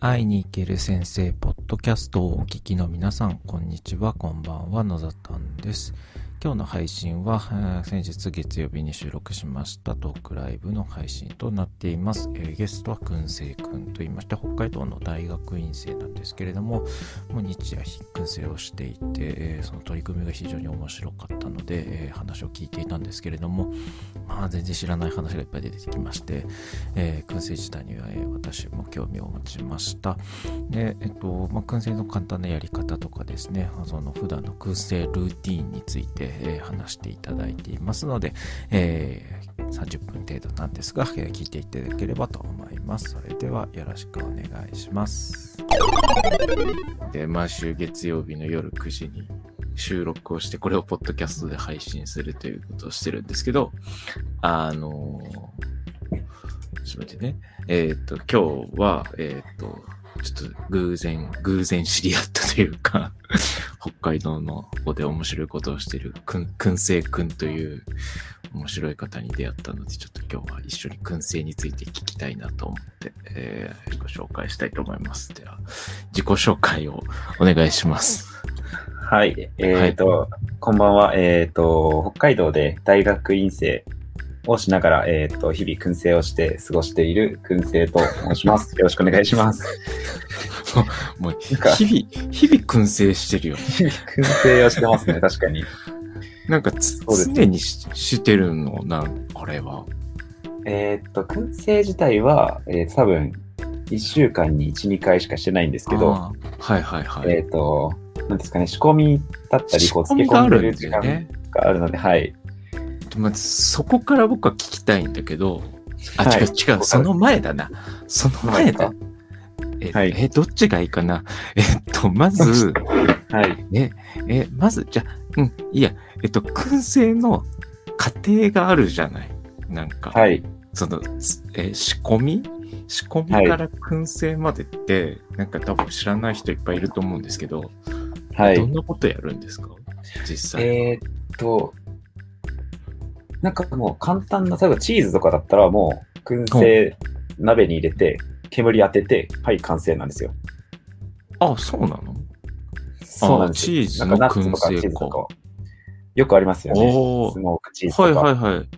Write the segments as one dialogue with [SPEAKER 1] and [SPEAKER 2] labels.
[SPEAKER 1] 会いに行ける先生ポッドキャストをお聞きの皆さんこんにちはこんばんは野田たんです今日の配信は、えー先日月曜日に収録しましたトークライブの配信となっています、えーゲストはくんせいくんと言いまして北海道の大学院生なんですけれどももう日夜燻製をしていて、えーその取り組みが非常に面白かったので、えー話を聞いていたんですけれども、まあ、全然知らない話がいっぱい出てきまして、えー、燻製自体には、えー私も興味を持ちましたで、えっとまあ、燻製の簡単なやり方とかですねその普段の燻製ルーティーンについて、えー話していただいていますので、えー30分程度なんですが、えー聞いていただければと思いますそれではよろしくお願いします
[SPEAKER 2] で、毎週月曜日の夜9時に収録をして、これをポッドキャストで配信するということをしてるんですけど、あのーちょっと待ってね。えっ、と、今日は、えっ、と、ちょっと偶然、偶然知り合ったというか、 北海道の方で面白いことをしているくん、くんせいくんという面白い方に出会ったので、ちょっと今日は一緒にくんせいについて聞きたいなと思って、えーご紹介したいと思います。では、自己紹介をお願いします。
[SPEAKER 3] はい、えっ、と、こんばんは。えっ、と、北海道で大学院生をしながら、えっ、と、日々燻製をして過ごしている燻製と申します。よろしくお願いします。
[SPEAKER 2] もう、日
[SPEAKER 3] なんか
[SPEAKER 2] 々、日々燻製してるよね。
[SPEAKER 3] 日々燻製をしてます ね、確かに。
[SPEAKER 2] なんかつ、
[SPEAKER 3] そうですね
[SPEAKER 2] 常にししてるのな、あれは。
[SPEAKER 3] えっ、と、燻製自体は、えー多分、1週間に1、2回しかしてないんですけど、
[SPEAKER 2] あーはいはいはい。
[SPEAKER 3] えっ、と、なんですかね、仕込みだったり、こう、
[SPEAKER 2] 仕込
[SPEAKER 3] 漬
[SPEAKER 2] み
[SPEAKER 3] け
[SPEAKER 2] が
[SPEAKER 3] 込
[SPEAKER 2] あ
[SPEAKER 3] んで
[SPEAKER 2] る
[SPEAKER 3] る
[SPEAKER 2] んだ
[SPEAKER 3] 時
[SPEAKER 2] よ
[SPEAKER 3] 間
[SPEAKER 2] ね。
[SPEAKER 3] があるので、はい。
[SPEAKER 2] まず、そこから僕は聞きたいんだけど、あ、
[SPEAKER 3] はい
[SPEAKER 2] 違う違う、その前だな。その前だ
[SPEAKER 3] 前。
[SPEAKER 2] え、
[SPEAKER 3] はい
[SPEAKER 2] えどっちがいいかな。えっと、ま ず、
[SPEAKER 3] はい。
[SPEAKER 2] ね、え、まず、じゃあ、うん、いいや、えっと、燻製の過程があるじゃない。なんか。
[SPEAKER 3] はい。
[SPEAKER 2] その、つえー仕込み仕込みから燻製までって、なんか多分知らない人いっぱいいると思うんですけど、
[SPEAKER 3] はい。
[SPEAKER 2] どんなことやるんですか実際。
[SPEAKER 3] えーっと、なんかもう簡単な、例えばチーズとかだったらもう、燻製鍋に入れて、煙当てて、はい、完成なんですよ。
[SPEAKER 2] あ、そうなの
[SPEAKER 3] そうなんですよ
[SPEAKER 2] チーズ
[SPEAKER 3] なんか
[SPEAKER 2] の
[SPEAKER 3] ナッツとかチ
[SPEAKER 2] 燻
[SPEAKER 3] ー
[SPEAKER 2] 製
[SPEAKER 3] ズ
[SPEAKER 2] か
[SPEAKER 3] と。か。よくありますよね。
[SPEAKER 2] お
[SPEAKER 3] ス
[SPEAKER 2] ー
[SPEAKER 3] モークチーズと
[SPEAKER 2] はい
[SPEAKER 3] か。
[SPEAKER 2] は
[SPEAKER 3] はいい、
[SPEAKER 2] はい。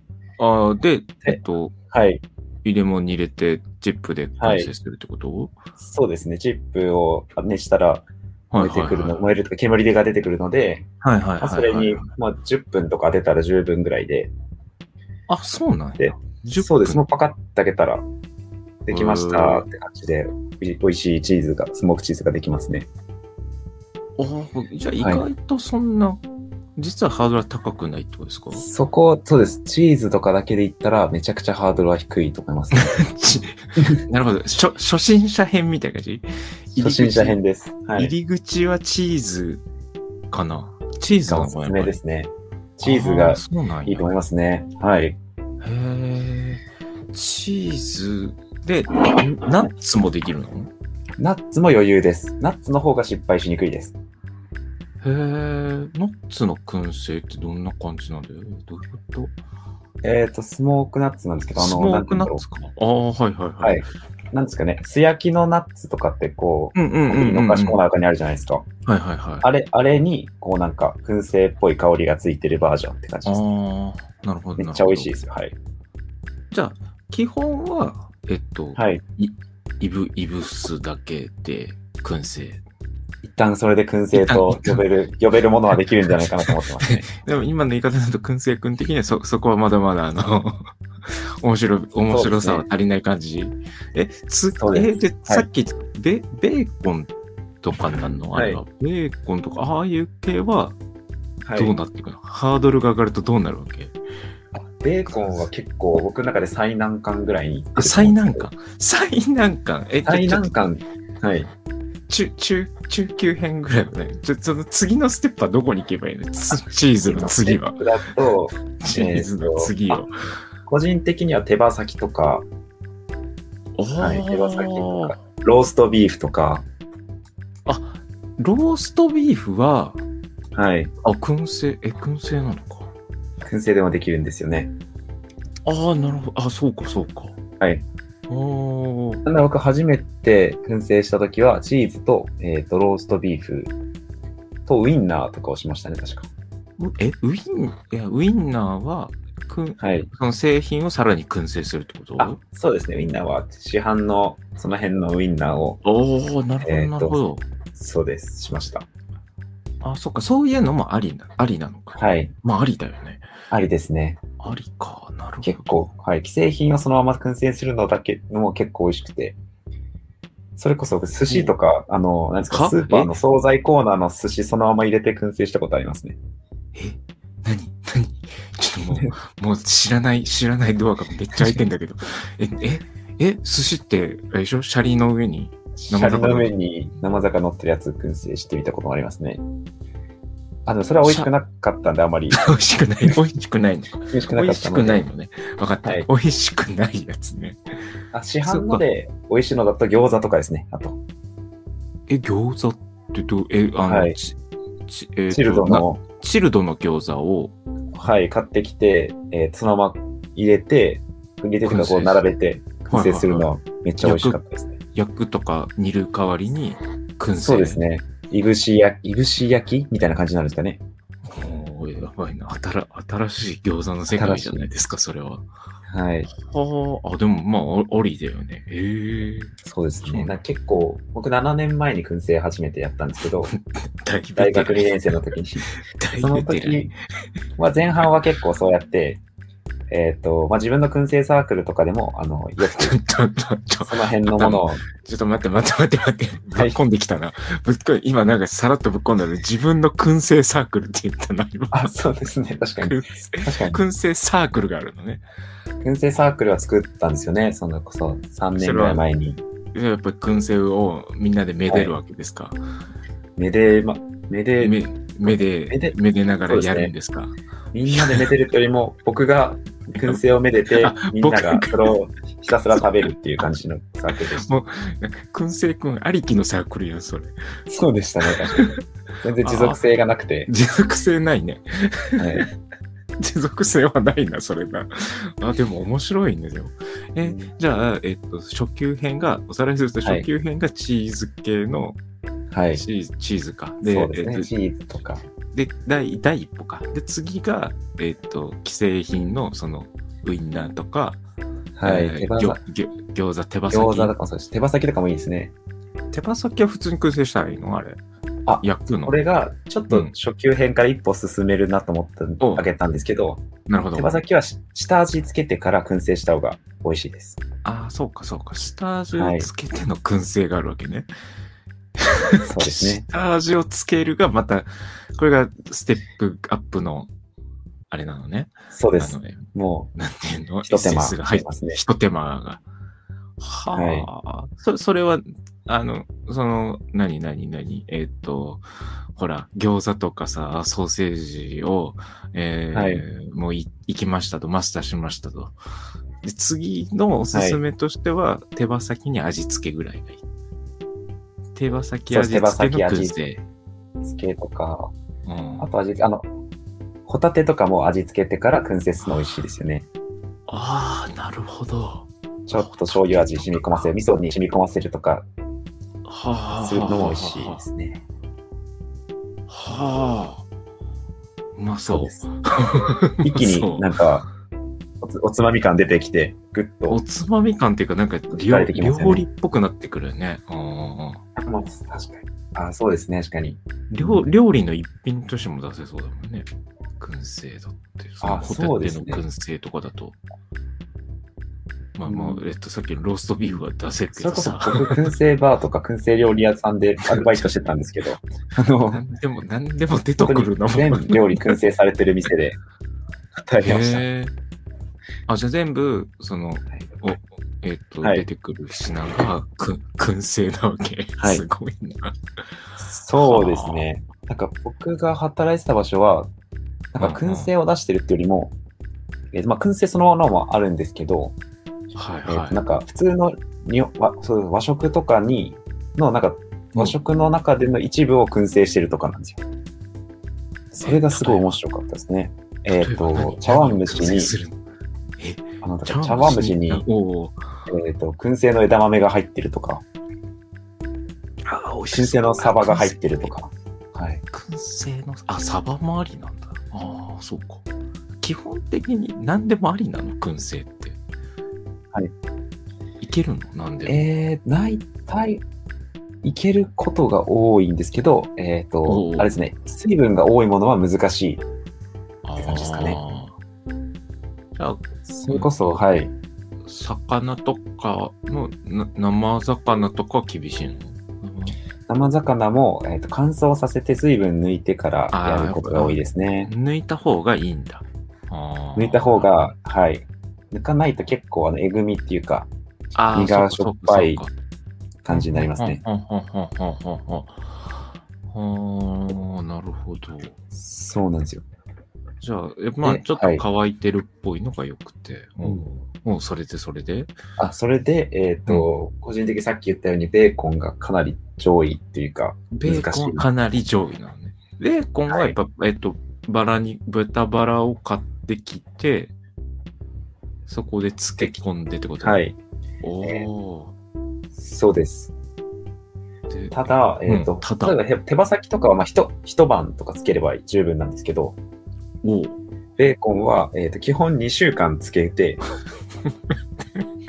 [SPEAKER 2] あーで、えっと、
[SPEAKER 3] はい。
[SPEAKER 2] 入れ物に入れて、チップで燻製するってこと、
[SPEAKER 3] そうですね。チップを熱したら
[SPEAKER 2] はい、は
[SPEAKER 3] 燃え
[SPEAKER 2] い
[SPEAKER 3] て
[SPEAKER 2] はい
[SPEAKER 3] くるの、
[SPEAKER 2] はい。
[SPEAKER 3] 燃えるとか煙が出てくるので、
[SPEAKER 2] はいはい
[SPEAKER 3] まあ
[SPEAKER 2] はい。
[SPEAKER 3] それに、まあ、10分とか当てたら十分ぐらいで、
[SPEAKER 2] あ、そうなん
[SPEAKER 3] で
[SPEAKER 2] や。10
[SPEAKER 3] そうです。も
[SPEAKER 2] 分
[SPEAKER 3] うパカッと開けたら、できまし
[SPEAKER 2] へ
[SPEAKER 3] た
[SPEAKER 2] ー
[SPEAKER 3] って感じで、美味しいチーズが、スモークチーズができますね。
[SPEAKER 2] あーじゃあ意外とそんな、実はハードルは高くないってこと ですか
[SPEAKER 3] そこ、そうです。チーズとかだけで言ったら、めちゃくちゃハードルは低いと思 います、ね。
[SPEAKER 2] ちなるほど。初初心者編みたいな感じ、口
[SPEAKER 3] 初心者編です。はい。
[SPEAKER 2] 入り口はチーズかなチーズ
[SPEAKER 3] が
[SPEAKER 2] な
[SPEAKER 3] お
[SPEAKER 2] の
[SPEAKER 3] す
[SPEAKER 2] かな
[SPEAKER 3] すめ
[SPEAKER 2] やっぱ
[SPEAKER 3] で
[SPEAKER 2] り
[SPEAKER 3] すね。チーズが
[SPEAKER 2] あそうなん
[SPEAKER 3] いい
[SPEAKER 2] や
[SPEAKER 3] と思いますね。はい。
[SPEAKER 2] へーチーズで、ナッツもできるの
[SPEAKER 3] ナッツも余裕です。ナッツの方が失敗しにくいです。
[SPEAKER 2] へーナッツの燻製ってどんな感じなんだよどういうこと
[SPEAKER 3] えっ、と、スモークナッツなんですけど、あ
[SPEAKER 2] ス
[SPEAKER 3] の、
[SPEAKER 2] モークナ
[SPEAKER 3] なんてい
[SPEAKER 2] ッ
[SPEAKER 3] う
[SPEAKER 2] ツかああ、はいはいはい。
[SPEAKER 3] はいんだろうなんですかね、素焼きのナッツとかって、こう、
[SPEAKER 2] うんうんうんうんう
[SPEAKER 3] お
[SPEAKER 2] ん。
[SPEAKER 3] 菓子コー
[SPEAKER 2] は
[SPEAKER 3] ナーとかにあるじゃないですか。
[SPEAKER 2] いはいはい。
[SPEAKER 3] あれ、あれに、こうなんか、燻製っぽい香りがついてるバージョンって感じ
[SPEAKER 2] あ
[SPEAKER 3] です。
[SPEAKER 2] あ、なるほど。
[SPEAKER 3] めっちゃ美味しい
[SPEAKER 2] な
[SPEAKER 3] で
[SPEAKER 2] る
[SPEAKER 3] すよ。はい。
[SPEAKER 2] ほどじゃあ、基本は、えっと、
[SPEAKER 3] はい。
[SPEAKER 2] いぶ、いぶすだけで燻製。
[SPEAKER 3] 一旦それで燻製と呼べる、呼べるものはできるんじゃないかなと思ってますね。
[SPEAKER 2] でも今の言い方だと燻製君的にはそ、そこはまだまだあの、 面白い、面白さは足りない感じ。え、つ、
[SPEAKER 3] そう
[SPEAKER 2] え
[SPEAKER 3] で
[SPEAKER 2] で、
[SPEAKER 3] はい
[SPEAKER 2] さっき、ベ、ベーコンとかなんのあれは、ベーコンとか、ああいう系 は
[SPEAKER 3] は
[SPEAKER 2] どうなっていくの、ハードルが上がるとどうなるわけ
[SPEAKER 3] ベーコンは結構僕の中で最難関ぐらいに行ってる
[SPEAKER 2] あ、最難関最難関え、
[SPEAKER 3] 最
[SPEAKER 2] ちょっ
[SPEAKER 3] 難
[SPEAKER 2] と
[SPEAKER 3] 関。はい。
[SPEAKER 2] 中、中、中級編ぐらいはね、ちょ、その次のステップはどこに行けばいいのつチーズの次は。
[SPEAKER 3] だと、
[SPEAKER 2] チーズの次は。
[SPEAKER 3] 個人的には手羽先とか、
[SPEAKER 2] おー
[SPEAKER 3] はい手羽先とかローストビーフとか、
[SPEAKER 2] ローストビーフは、
[SPEAKER 3] はい。
[SPEAKER 2] あ、燻製、え、燻製なのか。
[SPEAKER 3] 燻製でもできるんですよね。
[SPEAKER 2] ああ、なるほど。あ、そうか、そうか。
[SPEAKER 3] はい。
[SPEAKER 2] おー
[SPEAKER 3] なんだ僕初めて燻製した時はチーズと,、えー、とローストビーフとウインナーとかをしましたね、確か。
[SPEAKER 2] うえ、ウィン、いや、ウィンナーは、くん、
[SPEAKER 3] はい。
[SPEAKER 2] その製品をさらに燻製するってこと
[SPEAKER 3] あ、そうですね、ウインナーは市販のその辺のウインナーを、
[SPEAKER 2] おおなるほど、
[SPEAKER 3] えーと
[SPEAKER 2] なるほど。
[SPEAKER 3] そうです、しました。
[SPEAKER 2] あ、そっか、そういうのもありな、ありなのか。
[SPEAKER 3] はい。
[SPEAKER 2] まあ、ありだよね。
[SPEAKER 3] ありですね。
[SPEAKER 2] ありか、なるほど。
[SPEAKER 3] 結構。、はい。既製品をそのまま燻製するのだけのも結構美味しくて。それこそ僕寿司とか、あの、なんですか、
[SPEAKER 2] か
[SPEAKER 3] スーパーの惣菜コーナーの寿司そのまま入れて燻製したことありますね。
[SPEAKER 2] え、なになにちょっとも う、もう知らない、知らないドアがめっちゃ開いてんだけど。え、え、え、寿司って、あれでしょシャリの上に。
[SPEAKER 3] シ
[SPEAKER 2] 生
[SPEAKER 3] ャ
[SPEAKER 2] 魚
[SPEAKER 3] リの上に生魚乗ってるやつ燻製してみたこともありますね。あ、でもそれは美味しくなかったんで、あんまり。
[SPEAKER 2] 美味しくない、美味しくないのか。
[SPEAKER 3] 美味しく
[SPEAKER 2] 美
[SPEAKER 3] な
[SPEAKER 2] 味
[SPEAKER 3] かった
[SPEAKER 2] し
[SPEAKER 3] ので
[SPEAKER 2] くないのね。わかった、
[SPEAKER 3] はい
[SPEAKER 2] 美味しくないやつね。
[SPEAKER 3] あ市販ので美味しいのだと餃子とかですね。あと、
[SPEAKER 2] え、餃子ってどう、え、あの、
[SPEAKER 3] はい
[SPEAKER 2] ちちえーと
[SPEAKER 3] チルド
[SPEAKER 2] な
[SPEAKER 3] の、
[SPEAKER 2] チルドの餃子を、
[SPEAKER 3] はい、買ってきて、えーそのまま入れて、入れてとかこう
[SPEAKER 2] 燻製
[SPEAKER 3] 並べて、燻製する
[SPEAKER 2] はい
[SPEAKER 3] のはめっちゃ美味しかったですね。
[SPEAKER 2] 焼くとか煮る代わりに燻製。
[SPEAKER 3] そうですね。いぶし焼き、いぶし焼きみたいな感じになるんですかね。
[SPEAKER 2] おー。やばいな。新新しい餃子の世界じゃないですか、それは。
[SPEAKER 3] はい。
[SPEAKER 2] はあ、あ、でもまあ、あありだよね。えー、
[SPEAKER 3] そうです
[SPEAKER 2] そう
[SPEAKER 3] ね。なんか結構、僕7年前に燻製初めてやったんです けど、
[SPEAKER 2] 大ベテラン
[SPEAKER 3] 大学2年生の時に。そ
[SPEAKER 2] 大
[SPEAKER 3] の
[SPEAKER 2] ベテラン
[SPEAKER 3] 時、まあ、前半は結構そうやって、えっ、と、まあ、自分の燻製サークルとかでも、あの、よく
[SPEAKER 2] ちょっと、ちょっと、
[SPEAKER 3] その辺のも のを、
[SPEAKER 2] ちょっと待って、待って、待って、待って。ぶ
[SPEAKER 3] は
[SPEAKER 2] っ
[SPEAKER 3] い
[SPEAKER 2] 込んできたな。ぶっこい、今なんかさらっとぶっ込んだのに自分の燻製サークルって言ったな、今。
[SPEAKER 3] あ、そうですね。確かに。
[SPEAKER 2] 燻製
[SPEAKER 3] 確かに。
[SPEAKER 2] 燻製サークルがあるのね。
[SPEAKER 3] 燻製サークルは作ったんですよね。そのこそ3年ぐらい前に。
[SPEAKER 2] やっぱり燻製をみんなでめでるわけですか。
[SPEAKER 3] めで、ま、めで、
[SPEAKER 2] めめ
[SPEAKER 3] め
[SPEAKER 2] で
[SPEAKER 3] で、
[SPEAKER 2] めでながら
[SPEAKER 3] そうです
[SPEAKER 2] や
[SPEAKER 3] ね
[SPEAKER 2] るんですか。
[SPEAKER 3] みんなでめでるというより も、僕が燻製をめでて
[SPEAKER 2] あ、
[SPEAKER 3] みんなが
[SPEAKER 2] 僕が
[SPEAKER 3] それをひたすら食べるっていう感じのサークルでし
[SPEAKER 2] も燻製くんありきのサークルやん、それ。
[SPEAKER 3] た。そうでしたね、確かに。全然持続性がなくて。
[SPEAKER 2] 持続性ないね。
[SPEAKER 3] はい
[SPEAKER 2] 持続性はないな、それな。あ、でも面白いね、でも。え、じゃあ、えっと、初級編が、おさらいすると
[SPEAKER 3] はい
[SPEAKER 2] 初級編がチーズ系の
[SPEAKER 3] はい。そ
[SPEAKER 2] チーズ,、チーズか。
[SPEAKER 3] う
[SPEAKER 2] で、
[SPEAKER 3] です
[SPEAKER 2] え
[SPEAKER 3] ね。
[SPEAKER 2] っ
[SPEAKER 3] チーズとか。
[SPEAKER 2] とで第、第一歩か。で、次が、えっと、既製品の、その、ウインナーとか、
[SPEAKER 3] は
[SPEAKER 2] え
[SPEAKER 3] い。
[SPEAKER 2] ー
[SPEAKER 3] 手羽
[SPEAKER 2] 餃
[SPEAKER 3] 先
[SPEAKER 2] 餃餃子、手羽先。
[SPEAKER 3] 餃子とかもそうです。手羽先とかもいいですね。
[SPEAKER 2] 手羽先は普通に燻製したらいいのあれ。
[SPEAKER 3] あ
[SPEAKER 2] 焼くの
[SPEAKER 3] こ。れが、ちょっ
[SPEAKER 2] う
[SPEAKER 3] と
[SPEAKER 2] ん
[SPEAKER 3] 初級編から一歩進めるなと思
[SPEAKER 2] お
[SPEAKER 3] ってあげたんですけど、
[SPEAKER 2] なるほど
[SPEAKER 3] 手。羽先はし下味つけてから燻製した方が美味しい です。
[SPEAKER 2] ああ、そうか、そうか。下味をつけての燻製があるわけね。
[SPEAKER 3] そうです ね。
[SPEAKER 2] 下味をつけるが、また、これがステップアップの、あれなのね。
[SPEAKER 3] そうで
[SPEAKER 2] あ
[SPEAKER 3] す
[SPEAKER 2] の。ね
[SPEAKER 3] もう、
[SPEAKER 2] なんていうの
[SPEAKER 3] 一手間
[SPEAKER 2] SS が入っ
[SPEAKER 3] ありますね
[SPEAKER 2] ひと手間が。はあ、そそれは、あの、その、何何何えーっ、と、ほら、餃子とかさ、ソーセージを、えー
[SPEAKER 3] はい
[SPEAKER 2] もうい行きましたと、マスターしましたと。で次のおすすめとしては、手羽先に味付けぐらいがいい。手羽先
[SPEAKER 3] そうです
[SPEAKER 2] 味付け
[SPEAKER 3] 手
[SPEAKER 2] の
[SPEAKER 3] 羽先
[SPEAKER 2] 燻
[SPEAKER 3] 味
[SPEAKER 2] 製。
[SPEAKER 3] 漬けとか、
[SPEAKER 2] うん
[SPEAKER 3] あと味付け、あの、ホタテとかも味付けてから燻製するの美味しいですよね。
[SPEAKER 2] ああ、なるほど。
[SPEAKER 3] ちょっと醤油味染み込ませる、味噌に染み込ませるとか
[SPEAKER 2] はあ。
[SPEAKER 3] するのも美味しいですね。
[SPEAKER 2] はあ。うまそう。
[SPEAKER 3] です一気
[SPEAKER 2] そう
[SPEAKER 3] になんか、おつおつまみ感出てきて、ぐっ
[SPEAKER 2] お
[SPEAKER 3] と、
[SPEAKER 2] つまみ感っていうか、なんか
[SPEAKER 3] 疲
[SPEAKER 2] 料,、
[SPEAKER 3] れてきますよね
[SPEAKER 2] 理っぽくなってくるよね。うん
[SPEAKER 3] あまあ確かに。あ、そうですね、確かに。
[SPEAKER 2] 料料理の一品としても出せそうだもんね。燻製だって。その
[SPEAKER 3] あ
[SPEAKER 2] ホタテ
[SPEAKER 3] そ
[SPEAKER 2] の
[SPEAKER 3] うですね
[SPEAKER 2] 燻製とかだと。まあま
[SPEAKER 3] う
[SPEAKER 2] あ、えっと、さっきのローストビーフは出せるけ
[SPEAKER 3] それ
[SPEAKER 2] ど
[SPEAKER 3] こそ
[SPEAKER 2] さ。
[SPEAKER 3] 僕、燻製バーとか燻製料理屋さんでアルバイトしてたんで すけど、あの、
[SPEAKER 2] 何でも、何でも出て
[SPEAKER 3] 本
[SPEAKER 2] く
[SPEAKER 3] 当に
[SPEAKER 2] るなもん。
[SPEAKER 3] 全料理燻製されてる店で働いてました。
[SPEAKER 2] へえ。あ、じゃあ全部、その、おえっ、と、
[SPEAKER 3] はい
[SPEAKER 2] 出てくる品が、く燻製なわけ。
[SPEAKER 3] はい
[SPEAKER 2] すごいな。
[SPEAKER 3] そうですね。なんか僕が働いてた場所は、なんか燻製を出してるっていうよりも、えーまあ、燻製そのものもあるんですけど、
[SPEAKER 2] はい
[SPEAKER 3] えー
[SPEAKER 2] は
[SPEAKER 3] なんか普通のに和そう和食とかにのなんか和食の中での一部を燻製してるとかなんですよ。それがすごい面白かったですね。
[SPEAKER 2] い。
[SPEAKER 3] えっ、
[SPEAKER 2] 例ば何
[SPEAKER 3] と、茶碗蒸し
[SPEAKER 2] 何を燻製
[SPEAKER 3] に、
[SPEAKER 2] するのえ、
[SPEAKER 3] あのなんか
[SPEAKER 2] 茶
[SPEAKER 3] 茶碗蒸しに、
[SPEAKER 2] おお。
[SPEAKER 3] えっ、と、燻製の枝豆が入ってるとか、
[SPEAKER 2] ああ、美味
[SPEAKER 3] 燻製のサバが入ってると。か。はい。
[SPEAKER 2] 燻製の、あ、サバもありなんだ。ああ、そうか。基本的に何でもありなの、燻製って。
[SPEAKER 3] はい。
[SPEAKER 2] いけるの何でも。
[SPEAKER 3] えー、大体、いけることが多いんですけど、えっ、
[SPEAKER 2] お
[SPEAKER 3] と
[SPEAKER 2] う、
[SPEAKER 3] あれですね、水分が多いものは難しい。
[SPEAKER 2] あ
[SPEAKER 3] って感じですかね
[SPEAKER 2] ーじゃあ、
[SPEAKER 3] それこそ、はい。
[SPEAKER 2] 魚とかも、な生魚とかは厳しいの
[SPEAKER 3] 生魚も、えー、と乾燥させて水分抜いてから
[SPEAKER 2] あー
[SPEAKER 3] やることが多いですね。
[SPEAKER 2] 抜いた方がいいんだ。あー
[SPEAKER 3] 抜いた方、が、はい。抜かないと結構あのえぐみっていうか
[SPEAKER 2] あー
[SPEAKER 3] 身がしょっぱい
[SPEAKER 2] そうかそうかそうか
[SPEAKER 3] 感じになりますね。
[SPEAKER 2] うんうんうんうんうんうんうんあーなるほど。
[SPEAKER 3] そうなんですよ。
[SPEAKER 2] じゃあ、えまあ、
[SPEAKER 3] で
[SPEAKER 2] ちょっと
[SPEAKER 3] はい
[SPEAKER 2] 乾いてるっぽいのがよくて。
[SPEAKER 3] ん
[SPEAKER 2] うんもうそれでそれで。
[SPEAKER 3] あ、それで、えっ、と、個人的にさっき言ったようにベーコンがかなり上位っていうか、
[SPEAKER 2] ベー
[SPEAKER 3] 難し
[SPEAKER 2] コン
[SPEAKER 3] い
[SPEAKER 2] かなり上位なのね。ベーコンはやっぱ、えっと、バラに、豚バラを買ってきて、そこで漬け込んでってこと。
[SPEAKER 3] はいい。
[SPEAKER 2] おお、
[SPEAKER 3] そうです。
[SPEAKER 2] で
[SPEAKER 3] ただ、えっ、と、
[SPEAKER 2] うんただ
[SPEAKER 3] 例えばへ手羽先とかは、まあ、ひと一晩とかつければ十分なんですけど、
[SPEAKER 2] おう
[SPEAKER 3] ベーコンは、えっ、と、基本2週間つけて、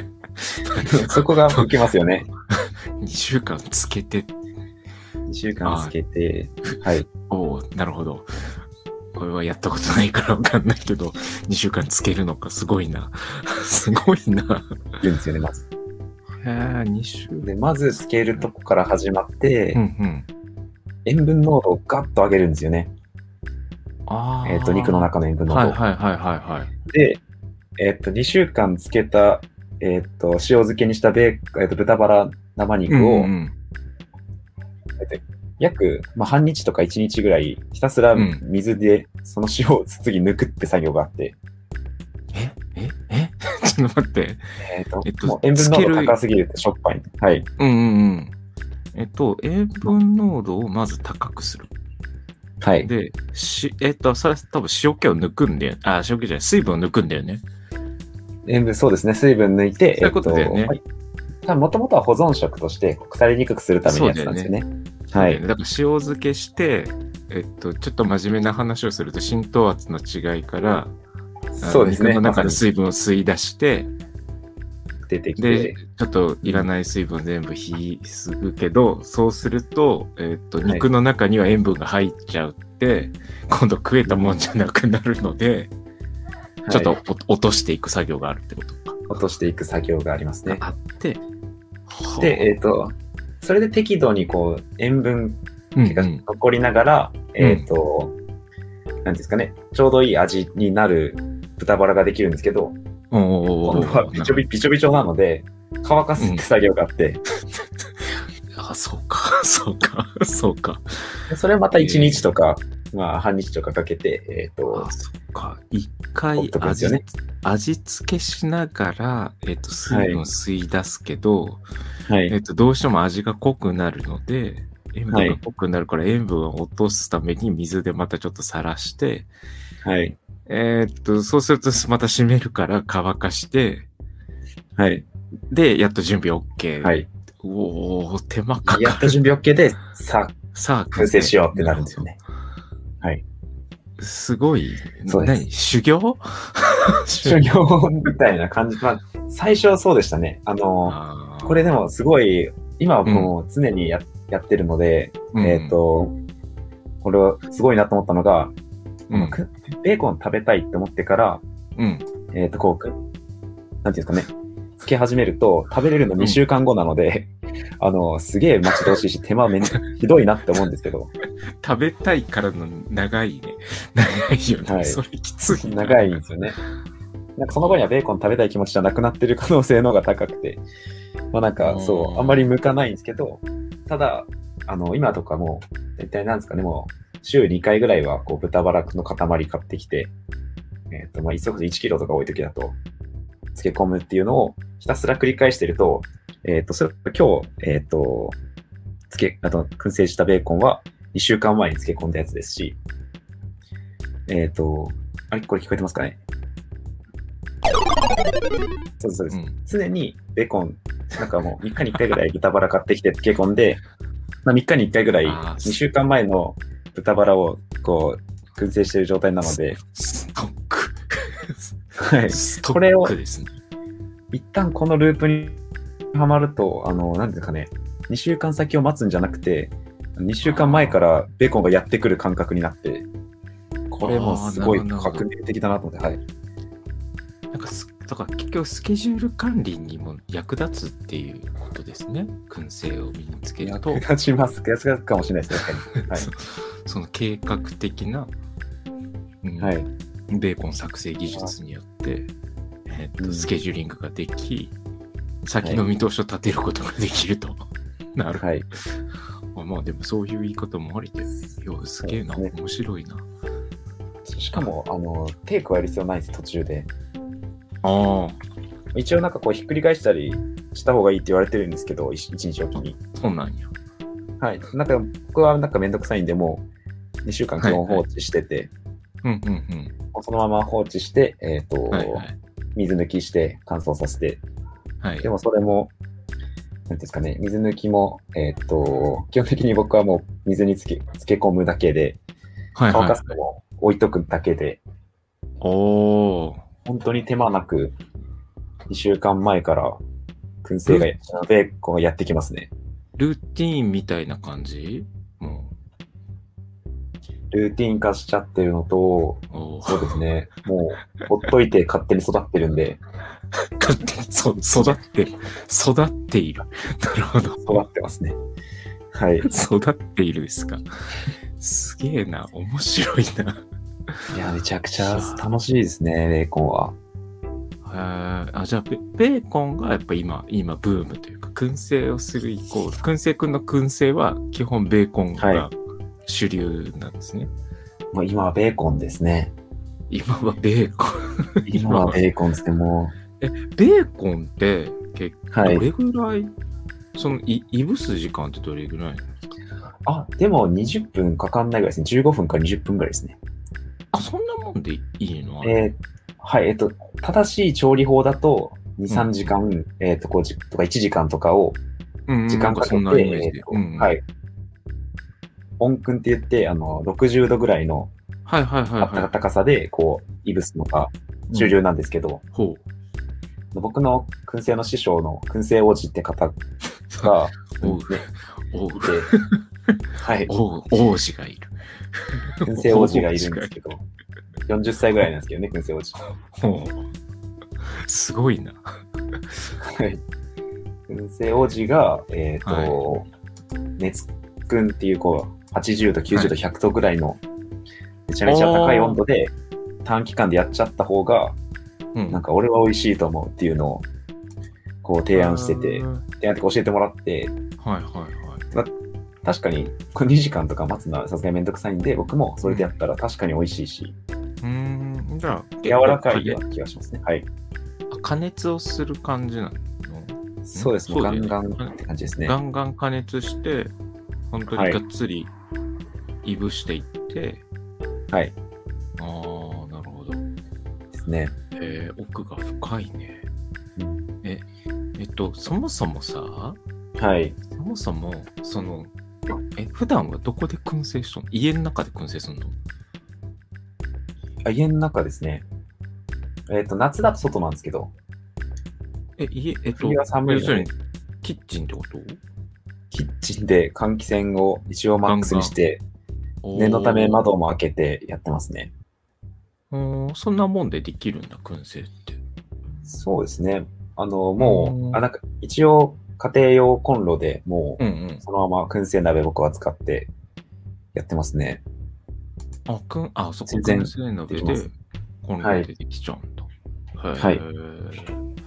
[SPEAKER 3] そこが受けますよね。
[SPEAKER 2] 2週間漬けて。
[SPEAKER 3] 2週間つけて、はい。
[SPEAKER 2] おおなるほど。これはやったことないからわかんないけど、2週間漬けるのか、すごいな。 すごいな。
[SPEAKER 3] いるんですよね、まず。
[SPEAKER 2] へえ、2週
[SPEAKER 3] で、まずつけるとこから始まって、
[SPEAKER 2] うんうん。
[SPEAKER 3] 塩分濃度をガッと上げるんですよね。
[SPEAKER 2] ああ。
[SPEAKER 3] えっ、と、肉の中の塩分濃度を。
[SPEAKER 2] はいはいはいはいはい。
[SPEAKER 3] で、えっ、と、2週間つけた、えっ、と、塩漬けにしたベー、えっと豚バラ生肉を、
[SPEAKER 2] うんうん
[SPEAKER 3] 約、まあ、半日とか1日ぐらい、ひたすら
[SPEAKER 2] うん
[SPEAKER 3] 水で、その塩を次抜くって作業があって、
[SPEAKER 2] えええ ちょっと待って。
[SPEAKER 3] えっ、と、
[SPEAKER 2] えっと
[SPEAKER 3] もう塩分濃
[SPEAKER 2] つける
[SPEAKER 3] 度高すぎるとしょっぱい。はい。
[SPEAKER 2] うんうんうん。えっと、塩分濃度をまず高くする。
[SPEAKER 3] はい。
[SPEAKER 2] で、し、えっと、それは多分塩気を抜くんだよ。あ、塩気じゃない、水分を抜くんだよね。
[SPEAKER 3] 塩分、そうですね。水分抜いて、
[SPEAKER 2] そういうことだよね
[SPEAKER 3] もともとは保存食として腐りにくくするためにやってたんですよね。はい
[SPEAKER 2] だから塩漬けして、えっと、ちょっと真面目な話をすると浸透圧の違いから、あの
[SPEAKER 3] そうですね。
[SPEAKER 2] 肉の
[SPEAKER 3] ま
[SPEAKER 2] 中
[SPEAKER 3] さ
[SPEAKER 2] の
[SPEAKER 3] に
[SPEAKER 2] 水分を吸い出して、
[SPEAKER 3] 出てき
[SPEAKER 2] で
[SPEAKER 3] て、、
[SPEAKER 2] ちょっといらない水分全部引すぐけど、そうすると、えっと、
[SPEAKER 3] はい
[SPEAKER 2] 肉の中には塩分が入っちゃうって、今度食えたもんじゃなくなるので、ちょっ
[SPEAKER 3] は
[SPEAKER 2] と
[SPEAKER 3] い
[SPEAKER 2] お落としていく作業があるってことか。
[SPEAKER 3] 落としていく作業がありますね。
[SPEAKER 2] あって、
[SPEAKER 3] で、えっ、と、それで適度にこう、塩分
[SPEAKER 2] うん
[SPEAKER 3] が
[SPEAKER 2] うん
[SPEAKER 3] 残りながら、
[SPEAKER 2] うん
[SPEAKER 3] えっ、と、なんですかね、ちょうどいい味になる豚バラができるんですけど、
[SPEAKER 2] おーおー
[SPEAKER 3] 今
[SPEAKER 2] お
[SPEAKER 3] 度はびちょびびちょびちょなので、乾かすって作業があって、
[SPEAKER 2] あ、そうか、 そうか、そうか。
[SPEAKER 3] でそれをまた1日とか、まあ半日とかかけて、えっ、と
[SPEAKER 2] あ、、そっか。一
[SPEAKER 3] ほっ
[SPEAKER 2] 回
[SPEAKER 3] とくんで
[SPEAKER 2] 味,、
[SPEAKER 3] すよね
[SPEAKER 2] 味付けしながら、えっ、と、水分を吸い出すけど、
[SPEAKER 3] は
[SPEAKER 2] え
[SPEAKER 3] い、
[SPEAKER 2] っと、どうしても味が濃くなるので、塩分が濃くなるから塩分を落とすために水でまたちょっとさらして、
[SPEAKER 3] はい、
[SPEAKER 2] えっと、そうするとまた湿るから乾かして、
[SPEAKER 3] はい、
[SPEAKER 2] で、やっと準備 OK。。
[SPEAKER 3] はいい。
[SPEAKER 2] おー、手間か
[SPEAKER 3] や
[SPEAKER 2] か
[SPEAKER 3] っ
[SPEAKER 2] る。
[SPEAKER 3] と準備 OK で、さあ、
[SPEAKER 2] さあ、
[SPEAKER 3] 燻製しようってなるんですよね。はい。
[SPEAKER 2] すごい。
[SPEAKER 3] そうです
[SPEAKER 2] 何修行
[SPEAKER 3] 修行みたいな感じ。まあ、最初はそうでしたね。あの、
[SPEAKER 2] あー
[SPEAKER 3] これでもすごい、今はもう常にや,、やってるので、えっ、、と、これはすごいなと思ったのが、
[SPEAKER 2] うん
[SPEAKER 3] くベーコン食べたいって思ってから、
[SPEAKER 2] うん。
[SPEAKER 3] えっ、と、こうく、なんていうんですかね、つけ始めると、食べれるの2週間後なので、 あの、すげえ待ち遠しいし、手間めんひどいなって思うんですけど、
[SPEAKER 2] 食べたいからの長いね。 長いよね。
[SPEAKER 3] はい
[SPEAKER 2] それきついな。
[SPEAKER 3] 長いんですよね。なんかその後にはベーコン食べたい気持ちじゃなくなってる可能性の方が高くて、まあなん
[SPEAKER 2] う
[SPEAKER 3] か
[SPEAKER 2] ん
[SPEAKER 3] そう、あんまり向かないんですけど、ただ、あの、今とかもう、大体なんですかね、もう、週2回ぐらいは、こう、豚バラの塊買ってきて、えっ、と、まあ、急ぐと1キロとか多い時だと、漬け込むっていうのをひたすら繰り返してると、えっ、と、それ今日、えっ、と、漬け、あと、燻製したベーコンは2週間前に漬け込んだやつですし、えっ、と、あれ、これ聞こえてますかねそうですそうです、
[SPEAKER 2] うん
[SPEAKER 3] 常にベコン、なんかもう3日に1回ぐらい豚バラ買ってきて漬け込んで、まあ、3日に1回ぐらい、
[SPEAKER 2] あー
[SPEAKER 3] 2週間前の豚バラをこう、燻製してる状態なので、
[SPEAKER 2] ストック。
[SPEAKER 3] はい。
[SPEAKER 2] スト
[SPEAKER 3] これを
[SPEAKER 2] ックですね。
[SPEAKER 3] 一旦このループにはまると、あの、なんていうんですかね、2週間先を待つんじゃなくて、2週間前からベーコンがやってくる感覚になって、これもすごい
[SPEAKER 2] あーなるほど
[SPEAKER 3] 革命的だなと思って、はい。
[SPEAKER 2] なんかす、だから結局スケジュール管理にも役立つっていうことですね。燻製を身につけると、
[SPEAKER 3] 役立ちます。役立つかもしれないです、確かに。はい
[SPEAKER 2] そ その計画的な、うん
[SPEAKER 3] はい。
[SPEAKER 2] ベーコン作成技術によって、えっと
[SPEAKER 3] うん
[SPEAKER 2] スケジューリングができ、先の見通しを立てることができると。なるほど
[SPEAKER 3] はい。
[SPEAKER 2] あまあでもそういう言い方もありで、よすげえな、
[SPEAKER 3] そうですね
[SPEAKER 2] 面白いな。
[SPEAKER 3] しかも、あの、手加える必要ないです、途中で。
[SPEAKER 2] ああ、
[SPEAKER 3] 一応なんかこう、ひっくり返したりした方がいいって言われてるんですけど、1日おきに。
[SPEAKER 2] そうなんや。
[SPEAKER 3] はい。なんか、僕はなんかめんどくさいんで、もう、2週間基本放置してて、
[SPEAKER 2] うんうんうん。
[SPEAKER 3] そのまま放置して、えっ、と、
[SPEAKER 2] はいはい。
[SPEAKER 3] 水抜きして乾燥させて、
[SPEAKER 2] はい
[SPEAKER 3] で、もそれも、なんていうんですかね、水抜きも、えーっと、基本的に僕はもう水につけつけ込むだけで、
[SPEAKER 2] はい
[SPEAKER 3] 乾
[SPEAKER 2] は
[SPEAKER 3] か
[SPEAKER 2] い
[SPEAKER 3] す。のも置いとくだけで、
[SPEAKER 2] おー。
[SPEAKER 3] 本当に手間なく、2週間前から、燻製が、ベーコンがやってきますね。
[SPEAKER 2] ルーティーンみたいな感じも
[SPEAKER 3] ルーティン化しちゃってるのと、
[SPEAKER 2] う、おー
[SPEAKER 3] そうですね、もう、ほっといて勝手に育ってるんで、
[SPEAKER 2] 勝手に そ育ってる。育っている。 なるほど。
[SPEAKER 3] 育ってますね。はい。い
[SPEAKER 2] 育っているですか。すげえな、面白いな。
[SPEAKER 3] や、めちゃくちゃ楽しいですね、ベーコンは。
[SPEAKER 2] へーあじゃあベ、ベーコンがやっぱ今、今ブームというか、燻製をするイコール、燻製くんの燻製は基本ベーコンが
[SPEAKER 3] は
[SPEAKER 2] 主流なんですね。
[SPEAKER 3] もう今はベーコンですね。
[SPEAKER 2] 今はベーコン。
[SPEAKER 3] 今はベーコンですね、も
[SPEAKER 2] ベーコンって結
[SPEAKER 3] う。は
[SPEAKER 2] 構ど
[SPEAKER 3] い。
[SPEAKER 2] れぐらい、そのい、いぶす時間ってどれぐらい
[SPEAKER 3] あ、でも20分かかんないぐらいですね。15分から20分ぐらいですね。
[SPEAKER 2] あ、そんなもんでいいのあれ
[SPEAKER 3] えーはい、えっと、正しい調理法だと、
[SPEAKER 2] う
[SPEAKER 3] 2、3
[SPEAKER 2] ん
[SPEAKER 3] 時間、えっと、こうじ、とか1時間とかを、
[SPEAKER 2] うん
[SPEAKER 3] 時
[SPEAKER 2] なん
[SPEAKER 3] 間かけ
[SPEAKER 2] そ
[SPEAKER 3] て、
[SPEAKER 2] んなイメージ
[SPEAKER 3] え
[SPEAKER 2] で
[SPEAKER 3] っ。と
[SPEAKER 2] うん
[SPEAKER 3] はい。温君って言って、あの、60度ぐらいの
[SPEAKER 2] はいはいはい
[SPEAKER 3] あったか
[SPEAKER 2] は
[SPEAKER 3] 高さで、こう、いぶすのが
[SPEAKER 2] い。
[SPEAKER 3] 主流なんですけど、
[SPEAKER 2] うん。ほう。
[SPEAKER 3] 僕の燻製の師匠の燻製王子って方が、
[SPEAKER 2] おう
[SPEAKER 3] ね
[SPEAKER 2] おう。
[SPEAKER 3] いてはい。
[SPEAKER 2] おう、王子がいる。
[SPEAKER 3] 燻製王子がいるんですけど、40歳ぐらいなんですけどね、燻製王子。
[SPEAKER 2] ほう。すごいな。
[SPEAKER 3] はい。燻製王子が、えっ、と、熱くんっていう、こう、80度、90度、100度ぐらいの、めちゃめちゃ高い温度で、短期間でやっちゃった方が、
[SPEAKER 2] うん
[SPEAKER 3] なんか俺は美味しいと思うっていうのを、こう提案してて
[SPEAKER 2] あ、ー
[SPEAKER 3] 提案ってか教えてもらって、
[SPEAKER 2] はいはいはい。
[SPEAKER 3] 確かにこう2時間とか待つのはさすがにめんどくさいんで、僕もそれでやったら確かに美味しいし、
[SPEAKER 2] うーん、じゃあ、
[SPEAKER 3] 柔らかいよ
[SPEAKER 2] 結
[SPEAKER 3] うな気がしますね。はい。
[SPEAKER 2] 構加熱をする感じなの、
[SPEAKER 3] そうですね。
[SPEAKER 2] そう
[SPEAKER 3] ガ
[SPEAKER 2] だよ
[SPEAKER 3] ン
[SPEAKER 2] ね
[SPEAKER 3] ガンって感じですね。
[SPEAKER 2] ガンガン加熱して、本当
[SPEAKER 3] は
[SPEAKER 2] に
[SPEAKER 3] い
[SPEAKER 2] がっつりいぶしていって、
[SPEAKER 3] はい。
[SPEAKER 2] ああ、なるほど。
[SPEAKER 3] ですね。
[SPEAKER 2] えー、奥が深いね。えっと、そもそもさ、
[SPEAKER 3] はい。
[SPEAKER 2] そもそも、その、え、普段はどこで燻製しとんの家の中で燻製すんの
[SPEAKER 3] あ家の中ですね。えっ、と、夏だと外なんですけど、
[SPEAKER 2] え、家、えっと、
[SPEAKER 3] 冬は寒い
[SPEAKER 2] 要
[SPEAKER 3] のです
[SPEAKER 2] るに、キッチンってこと
[SPEAKER 3] キッチンで換気扇を一応マックスにして、
[SPEAKER 2] おー
[SPEAKER 3] 念のため窓も開けてやってますね。
[SPEAKER 2] おーそんなもんでできるんだ、燻製って。
[SPEAKER 3] そうですね。あの、
[SPEAKER 2] う
[SPEAKER 3] も
[SPEAKER 2] ん
[SPEAKER 3] う、あ、なんか、一応家庭用コンロでも
[SPEAKER 2] うんうん
[SPEAKER 3] う、。そのまま燻製鍋僕は使ってやってますね。
[SPEAKER 2] あ、くん、あ、そこ、
[SPEAKER 3] 全然
[SPEAKER 2] 燻製鍋
[SPEAKER 3] できま
[SPEAKER 2] で、
[SPEAKER 3] す
[SPEAKER 2] コンロでできちゃうんだ。はい
[SPEAKER 3] はい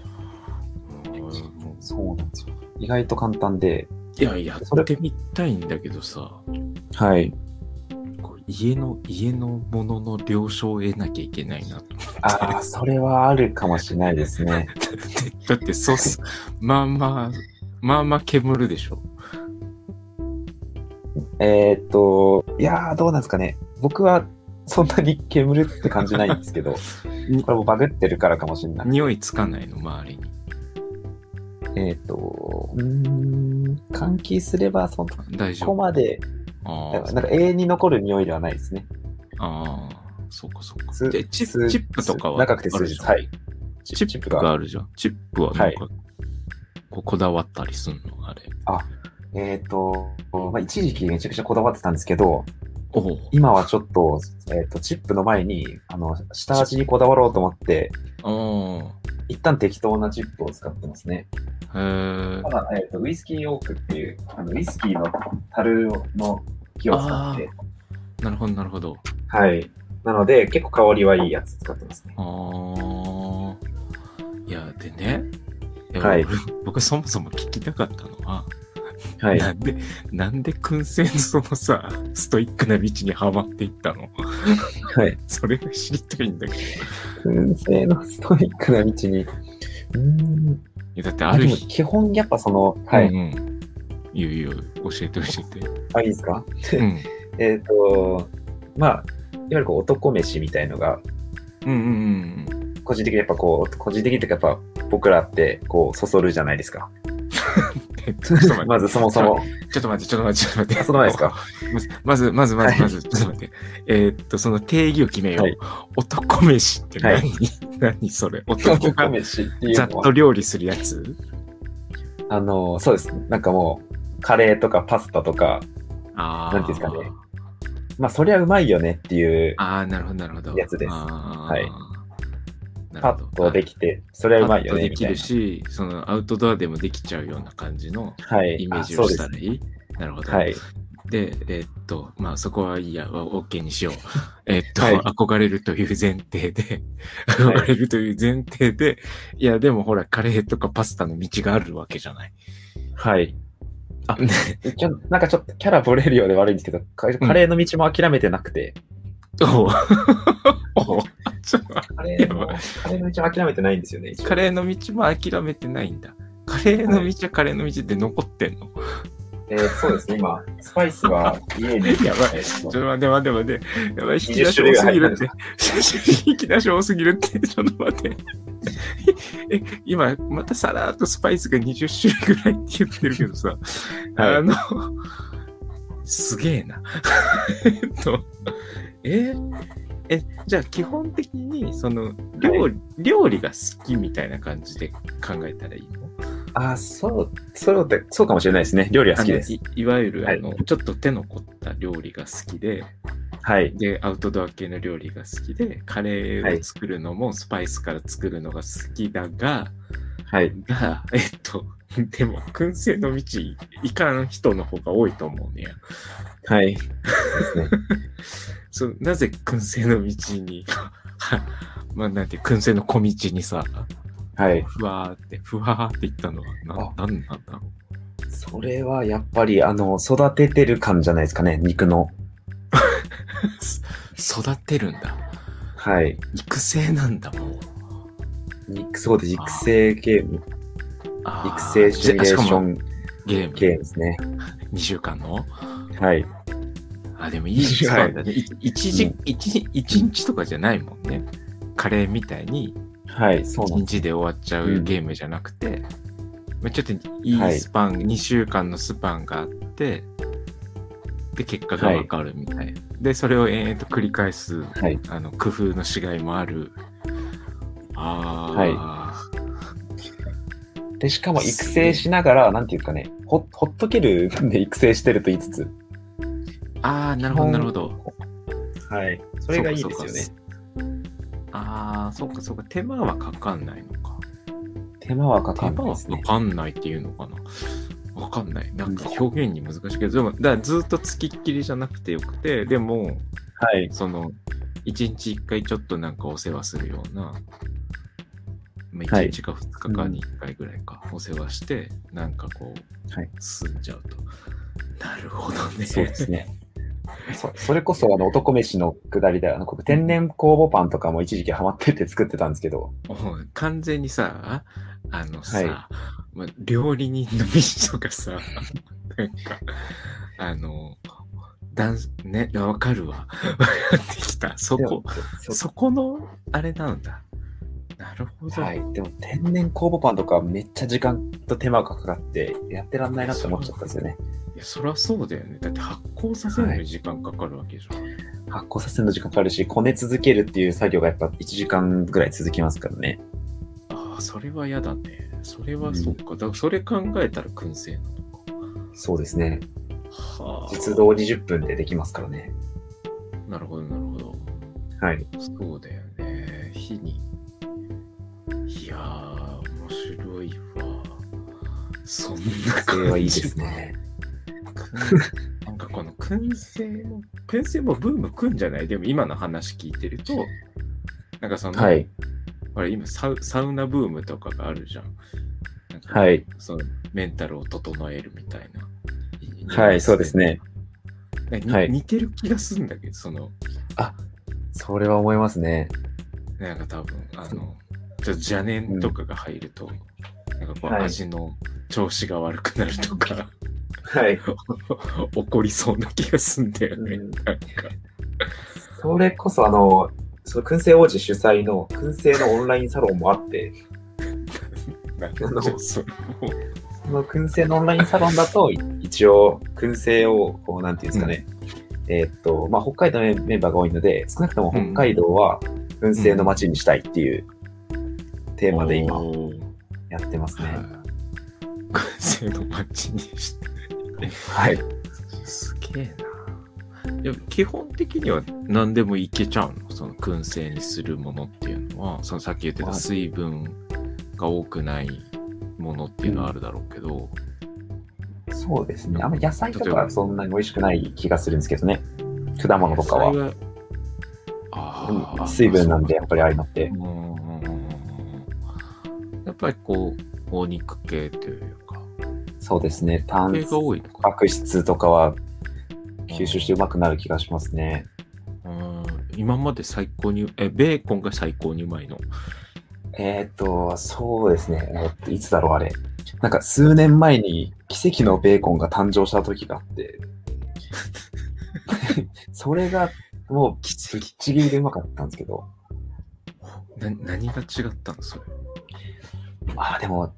[SPEAKER 2] も
[SPEAKER 3] そうなんですよ。意外と簡単で、
[SPEAKER 2] ういや、やってみたいんだけどさ、
[SPEAKER 3] はい。
[SPEAKER 2] こう家の、家のものの了承を得なきゃいけないなと思って。
[SPEAKER 3] ああ、それはあるかもしれないですね。
[SPEAKER 2] だって、そうっす。まあまあ、まあまあ煙るでしょ。
[SPEAKER 3] えーっと、いやー、どうなんですかね。僕はそんなに煙って感じないんですけど、
[SPEAKER 2] に
[SPEAKER 3] これもバグってるからかもしれない。
[SPEAKER 2] 匂いつかないの、周りに。
[SPEAKER 3] えっ、と、うーん、換気すればそ
[SPEAKER 2] 大丈
[SPEAKER 3] こ
[SPEAKER 2] 夫。
[SPEAKER 3] まで、
[SPEAKER 2] あ
[SPEAKER 3] なん
[SPEAKER 2] ー
[SPEAKER 3] かなんか永遠に残る匂いではないですね。
[SPEAKER 2] あー、そうかそうか。
[SPEAKER 3] す
[SPEAKER 2] でチ
[SPEAKER 3] す
[SPEAKER 2] チップとかは
[SPEAKER 3] 長くて数日。はい。
[SPEAKER 2] チップがあるじゃん。チップはなんか、
[SPEAKER 3] は
[SPEAKER 2] こうこだわったりすんのあれ。
[SPEAKER 3] えっ、と、まあ、一時期めちゃくちゃこだわってたんですけど、
[SPEAKER 2] おお。
[SPEAKER 3] 今はちょっと、えっ、と、チップの前に、あの、下味にこだわろうと思って、
[SPEAKER 2] あ
[SPEAKER 3] 一旦適当なチップを使ってますね。
[SPEAKER 2] あ。へえ
[SPEAKER 3] た。だ、えっ、と、ウイスキーオークっていう、あの、ウイスキーの樽の木を使って、
[SPEAKER 2] なるほど、なるほど。
[SPEAKER 3] はい。なので、結構香りはいいやつ使ってますね。
[SPEAKER 2] ああ。いや、でね。いや
[SPEAKER 3] はい
[SPEAKER 2] 俺僕そもそも聞きたかったのは、
[SPEAKER 3] はい。
[SPEAKER 2] なんで、なんで燻製のそのさ、ストイックな道にはまっていったの
[SPEAKER 3] はい。
[SPEAKER 2] それが知りたいんだけど。い
[SPEAKER 3] 燻製のストイックな道に。うーん。
[SPEAKER 2] やだって
[SPEAKER 3] あ
[SPEAKER 2] あ
[SPEAKER 3] で
[SPEAKER 2] る
[SPEAKER 3] も
[SPEAKER 2] 日、
[SPEAKER 3] 基本やっぱその、はい。
[SPEAKER 2] うんうん。いいよいいよ、教えて教え て。
[SPEAKER 3] あ、いいですか
[SPEAKER 2] うん。
[SPEAKER 3] えっ、と、まあ、いわゆるこう男飯みたいのが、
[SPEAKER 2] うんうんうん
[SPEAKER 3] 個人的にやっぱこう、個人的にというかやっぱ僕らってこう、そそるじゃないですか。
[SPEAKER 2] うん。ちょっと待って
[SPEAKER 3] まずそもそも。
[SPEAKER 2] ちょっと待って、ちょっと待って、ちょっと待っ
[SPEAKER 3] あ
[SPEAKER 2] て。
[SPEAKER 3] その前ですか
[SPEAKER 2] まず、まず、まず、ま
[SPEAKER 3] は
[SPEAKER 2] ず、
[SPEAKER 3] い
[SPEAKER 2] まず、ちょっと待って。えーっと、その定義を決めよう。
[SPEAKER 3] はい
[SPEAKER 2] 男飯って何、
[SPEAKER 3] は
[SPEAKER 2] 何それ男が
[SPEAKER 3] 飯って
[SPEAKER 2] ざっと料理するやつ
[SPEAKER 3] あの、そうです。なんかもう、カレーとかパスタとか、
[SPEAKER 2] ああ。
[SPEAKER 3] なんていうんですかねまあ、そりゃうまいよねっていう、
[SPEAKER 2] ああ、なるほど、なるほど。
[SPEAKER 3] やつです
[SPEAKER 2] は
[SPEAKER 3] はい。
[SPEAKER 2] な
[SPEAKER 3] パ
[SPEAKER 2] るほ
[SPEAKER 3] ッ
[SPEAKER 2] ど
[SPEAKER 3] とできて、そりゃうまいよ
[SPEAKER 2] パッとで
[SPEAKER 3] ねみ
[SPEAKER 2] き
[SPEAKER 3] たい
[SPEAKER 2] る
[SPEAKER 3] な。
[SPEAKER 2] し、そのアウトドアでもできちゃうような感じの
[SPEAKER 3] はい。
[SPEAKER 2] イメージ
[SPEAKER 3] あ
[SPEAKER 2] を
[SPEAKER 3] そうで
[SPEAKER 2] した
[SPEAKER 3] す
[SPEAKER 2] らいい。なるほど。
[SPEAKER 3] はい。
[SPEAKER 2] で、えーっと、まあそこはいいや、OK にしよう。えーっと、
[SPEAKER 3] はい
[SPEAKER 2] 憧れるという前提で、
[SPEAKER 3] い
[SPEAKER 2] 憧れるという前提で、いや、でもほら、カレーとかパスタの道があるわけじゃない。
[SPEAKER 3] はい。
[SPEAKER 2] あ、
[SPEAKER 3] ちょなんかちょっとキャラボレるようで悪いんですけど、カカレーの道も諦めてなくて、
[SPEAKER 2] おう おうちょっと
[SPEAKER 3] カレー
[SPEAKER 2] やば
[SPEAKER 3] のカレーの道も諦めてないんですよね。一応
[SPEAKER 2] カレーの道も諦めてないんだ。カレーの道はカレーの道で残ってんの、。
[SPEAKER 3] えーそうですね、今、スパイスは家に
[SPEAKER 2] やばい
[SPEAKER 3] えー
[SPEAKER 2] ちょっ
[SPEAKER 3] と
[SPEAKER 2] と待って待って待って。やばい、引き出
[SPEAKER 3] 20
[SPEAKER 2] し
[SPEAKER 3] 種類
[SPEAKER 2] 多
[SPEAKER 3] が
[SPEAKER 2] すぎ
[SPEAKER 3] 入った
[SPEAKER 2] る
[SPEAKER 3] ん
[SPEAKER 2] っ
[SPEAKER 3] で す
[SPEAKER 2] て。引き出し多すぎるって。ちょっと待って。 え、今、またさらっとスパイスが20種類ぐらいって言ってるけどさ。
[SPEAKER 3] はい
[SPEAKER 2] あの、すげえな。 えっと、ええ、じゃあ基本的に、その、料理、料理が好きみたいな感じで考えたらいいの
[SPEAKER 3] あー、そう、そうだそうかもしれないですね。料理は好きで
[SPEAKER 2] あの
[SPEAKER 3] す。
[SPEAKER 2] いいわゆる、
[SPEAKER 3] はい
[SPEAKER 2] あの、ちょっと手の凝った料理が好きで、
[SPEAKER 3] はい。
[SPEAKER 2] で、アウトドア系の料理が好きで、カレーを作るのもスパイスから作るのが好きだが、
[SPEAKER 3] はい。
[SPEAKER 2] が、えっと、 でも、燻製の道行かん人の方が多いと思うねや。
[SPEAKER 3] はい。
[SPEAKER 2] そうなぜ燻製の道に、 はまあなんて、燻製の小道にさ、
[SPEAKER 3] はい。
[SPEAKER 2] ふわーって、ふわーって行ったのはな、なんなんだろう。
[SPEAKER 3] それはやっぱり、あの、育ててる感じゃないですかね、肉の。
[SPEAKER 2] 育てるんだ。
[SPEAKER 3] はい。
[SPEAKER 2] 育成なんだ、もう。
[SPEAKER 3] 肉、そうです。育成ゲーム。
[SPEAKER 2] あ
[SPEAKER 3] 育成シミュレーシ
[SPEAKER 2] しか
[SPEAKER 3] ョ
[SPEAKER 2] も
[SPEAKER 3] ン
[SPEAKER 2] ゲーム。
[SPEAKER 3] ゲームですね。
[SPEAKER 2] 2週間の
[SPEAKER 3] はい。
[SPEAKER 2] あ、でもいい時間だね。い一
[SPEAKER 3] う
[SPEAKER 2] 時
[SPEAKER 3] ん、
[SPEAKER 2] 一一日とかじゃないもんね。カレーみたいに
[SPEAKER 3] はい、そう
[SPEAKER 2] 一
[SPEAKER 3] なんです。
[SPEAKER 2] 日で終わっちゃうゲームじゃなくて、まあちょっとい
[SPEAKER 3] はいい
[SPEAKER 2] スパン、2週間のスパンがあって、で、結果がわかるみたい。で、それを延々と繰り返す、
[SPEAKER 3] はい。
[SPEAKER 2] あの、工夫のしがいもある。ああ、
[SPEAKER 3] で、しかも育成しながら、なんていうかね、ほほっとけるんで育成してると言いつつ。
[SPEAKER 2] ああ、なるほど、なるほど。
[SPEAKER 3] はい。そ
[SPEAKER 2] そうか。。そうかああ、そうか、そうか。手間はかかんないのか。
[SPEAKER 3] 手間はか
[SPEAKER 2] 手
[SPEAKER 3] かん
[SPEAKER 2] 間
[SPEAKER 3] ない
[SPEAKER 2] は
[SPEAKER 3] ですね
[SPEAKER 2] わ。かんないっていうのかな。わかんない。なんか表現に難しいけど、でも、だからずっとつきっきりじゃなくてよくて、でも、
[SPEAKER 3] はい。
[SPEAKER 2] その、一日一回ちょっとなんかお世話するような、まあ、
[SPEAKER 3] はい
[SPEAKER 2] 一日か二日かに一回ぐらいか、お世話して、なんかこう、
[SPEAKER 3] はい
[SPEAKER 2] 済んじゃうと。なるほどね。
[SPEAKER 3] そうですね。 そそれこそあの男飯のくだりであの僕天然酵母パンとかも一時期ハマってて作ってたんですけど、
[SPEAKER 2] もう完全にさ、あのさ、
[SPEAKER 3] はい
[SPEAKER 2] まあ、 料理人の道とかさ、なんか、あの、男子ね、わかるわ。わかってきた。そこ、そこの、あれなんだ。なるほど。
[SPEAKER 3] はい、でも天然酵母パンとかめっちゃ時間と手間がかかってやってらんないなって思っちゃったんですよね。
[SPEAKER 2] いや、そりゃそうだよね。だって発酵させるの
[SPEAKER 3] は
[SPEAKER 2] に時間かかるわけじゃん。
[SPEAKER 3] 発酵させるの時間かかるし、こね続けるっていう作業がやっぱ1時間ぐらい続きますからね。
[SPEAKER 2] ああ、それは嫌だね。それはそうか。だからそれ考えたら燻製なの
[SPEAKER 3] そうですね。
[SPEAKER 2] か。は
[SPEAKER 3] 実動20分でできますからね。
[SPEAKER 2] あ。なるほど、なるほど。
[SPEAKER 3] はい。
[SPEAKER 2] そうだよね。火に。いやー、面白いわ。そんな
[SPEAKER 3] そ
[SPEAKER 2] 感
[SPEAKER 3] れ
[SPEAKER 2] じ。
[SPEAKER 3] はいいですね。
[SPEAKER 2] 燻。なんかこの燻製も、燻製もブームくんじゃないでも今の話聞いてると、なんかその、
[SPEAKER 3] はい。
[SPEAKER 2] ほら今サウサウナブームとかがあるじゃん。なんか
[SPEAKER 3] はい。
[SPEAKER 2] そのメンタルを整えるみたいな。
[SPEAKER 3] はい、そうですね。
[SPEAKER 2] ね。に
[SPEAKER 3] はい
[SPEAKER 2] 似てる気がするんだけど、その、
[SPEAKER 3] それは思いますね。
[SPEAKER 2] なんか多分、あの、ちょっと邪念とかが入ると、なんかこう、
[SPEAKER 3] はい
[SPEAKER 2] 味の調子が悪くなるとか、
[SPEAKER 3] はい。
[SPEAKER 2] 起こりそうな気がすんだよね。
[SPEAKER 3] うん
[SPEAKER 2] なんか、
[SPEAKER 3] それこそあの、その燻製王子主催の燻製のオンラインサロンもあって、
[SPEAKER 2] なん
[SPEAKER 3] あの
[SPEAKER 2] か、そうもう
[SPEAKER 3] その燻製のオンラインサロンだと、い一応、燻製を、こう、なんていうんですかね。えーっと、まあ、北海道のメンバーが多いので、少なくとも北海道は燻製の街にしたいっていうテーマで今
[SPEAKER 2] おー
[SPEAKER 3] やってますね。
[SPEAKER 2] 燻製の街にして。
[SPEAKER 3] はい。
[SPEAKER 2] すげえな。いや基本的には何でもいけちゃうのその燻製にするものっていうのはそのさっき言ってた
[SPEAKER 3] はい
[SPEAKER 2] 水分が多くないものっていうのはあるだろうけど、
[SPEAKER 3] そうですね。あんま野菜と
[SPEAKER 2] 例えば
[SPEAKER 3] かそんなに美味しくない気がするんですけどね。果物とか
[SPEAKER 2] 野
[SPEAKER 3] は。
[SPEAKER 2] 菜ああ
[SPEAKER 3] 水分なんで、やっぱりああいうのって
[SPEAKER 2] う。んうんうんうんやっぱりこうお肉系というか
[SPEAKER 3] そうですね。炭
[SPEAKER 2] 系が多いのかな
[SPEAKER 3] 白質とかは吸収してうまくなる気がしますね。
[SPEAKER 2] うん今まで最高にえベーコンが最高にうまいの
[SPEAKER 3] えーっ、と、そうですね。えーっと、いつだろう、あれ。なんか数年前に奇跡のベーコンが誕生した時があって、 それがもうぶっちぎりでうまかったんですけど、
[SPEAKER 2] な何が違ったのそれ
[SPEAKER 3] ああ、でも、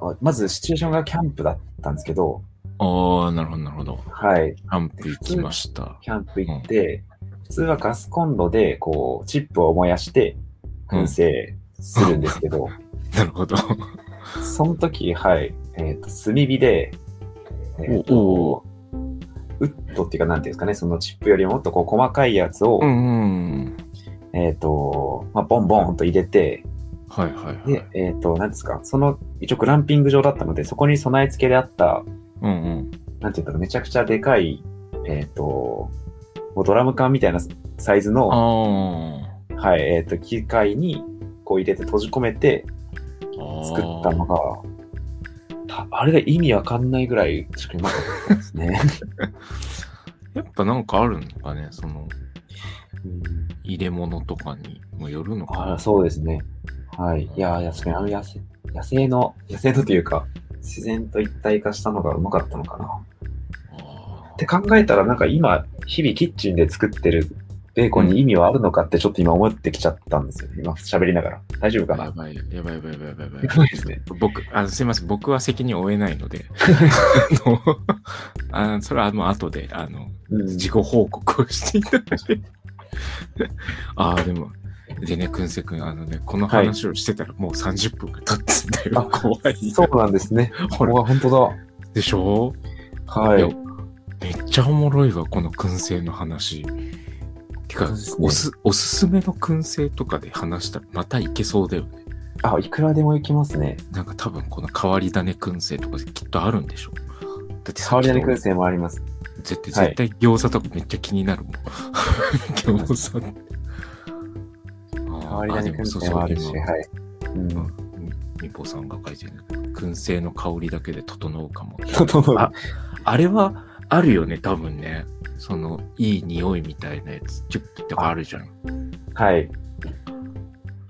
[SPEAKER 3] あまずシチュエーションがキャンプだったんですけど、
[SPEAKER 2] ああなるほどなるほど
[SPEAKER 3] はい、
[SPEAKER 2] キャンプ行きました。
[SPEAKER 3] キャンプ行って、普通はガスコンロでこうチップを燃やして燻製するんですけど、
[SPEAKER 2] なるほど。
[SPEAKER 3] その時、はい、えっ、と、炭火で、えー と
[SPEAKER 2] おお
[SPEAKER 3] ウッドっていうか、なんていうんですかね、そのチップよりもっとこう細かいやつを、
[SPEAKER 2] んうん。
[SPEAKER 3] えっ、と、まあ、ボンボンと入れて、
[SPEAKER 2] はいはいはい。
[SPEAKER 3] で、えっ、と、なんですか、その、一応グランピング場だったので、そこに備え付けであった、
[SPEAKER 2] うんうん。
[SPEAKER 3] なんていうんだろう、めちゃくちゃでかい、えっ、と、もうドラム缶みたいなサイズ
[SPEAKER 2] あ
[SPEAKER 3] の、
[SPEAKER 2] あ
[SPEAKER 3] はい、えっ、と、機械に、こう入れて閉じ込めて
[SPEAKER 2] ー。
[SPEAKER 3] 作ったのが、たあれが意味わかんないぐらい、確かにうまかったで すね。
[SPEAKER 2] やっぱなんかあるのかね、その
[SPEAKER 3] うん
[SPEAKER 2] 入れ物とかにもよるのか
[SPEAKER 3] あ
[SPEAKER 2] な。
[SPEAKER 3] ら、そうですね。はい。いやー、いや、それ、あの野生、野生の、野生のというか、自然と一体化したのがうまかったのかな。
[SPEAKER 2] あ
[SPEAKER 3] って考えたら、なんか今、日々キッチンで作ってるベーコンに意味はあるのかってちょっと今思ってきちゃったんですよね。今、喋りながら。大丈夫か
[SPEAKER 2] ーや
[SPEAKER 3] な
[SPEAKER 2] ばいやばいやばいやばいやばいやばい
[SPEAKER 3] やばいですね。
[SPEAKER 2] 僕あのすいません、僕は責任を負えないの で、あのあのそれはもう後であの
[SPEAKER 3] うん。
[SPEAKER 2] 自己報告をしていただい て。ああ、でも、でね、くんせくん、あのね、この話をしてたらもう30分が経つんだよ。
[SPEAKER 3] あ
[SPEAKER 2] 怖い。
[SPEAKER 3] そうなんですね。
[SPEAKER 2] ほ
[SPEAKER 3] これ
[SPEAKER 2] ら
[SPEAKER 3] は本当
[SPEAKER 2] でしょ、
[SPEAKER 3] だ。はい
[SPEAKER 2] や。めっちゃおもろいわ、この燻製の話。てか、
[SPEAKER 3] そうですね
[SPEAKER 2] おすおすすめの燻製とかで話したらまたいけそうだよね。
[SPEAKER 3] あ、いくらでも行きますね。
[SPEAKER 2] なんか多分この変わり種燻製とかきっとあるんでしょだって
[SPEAKER 3] サ
[SPEAKER 2] さっ
[SPEAKER 3] ワリ
[SPEAKER 2] き
[SPEAKER 3] ア
[SPEAKER 2] の
[SPEAKER 3] ニ燻製もあります。
[SPEAKER 2] 絶対、
[SPEAKER 3] はい
[SPEAKER 2] 絶対餃子とかめっちゃ気になる もん。餃子って。
[SPEAKER 3] サワリアニ燻製もあるし、
[SPEAKER 2] 今
[SPEAKER 3] はい。うん。
[SPEAKER 2] うんみぽさんが書いてるんだけど燻製の香りだけで整うかも。
[SPEAKER 3] 整う
[SPEAKER 2] ああれはあるよね、多分ね。その、いい匂いみたいなやつ、チュップとかあるじゃん。
[SPEAKER 3] はい。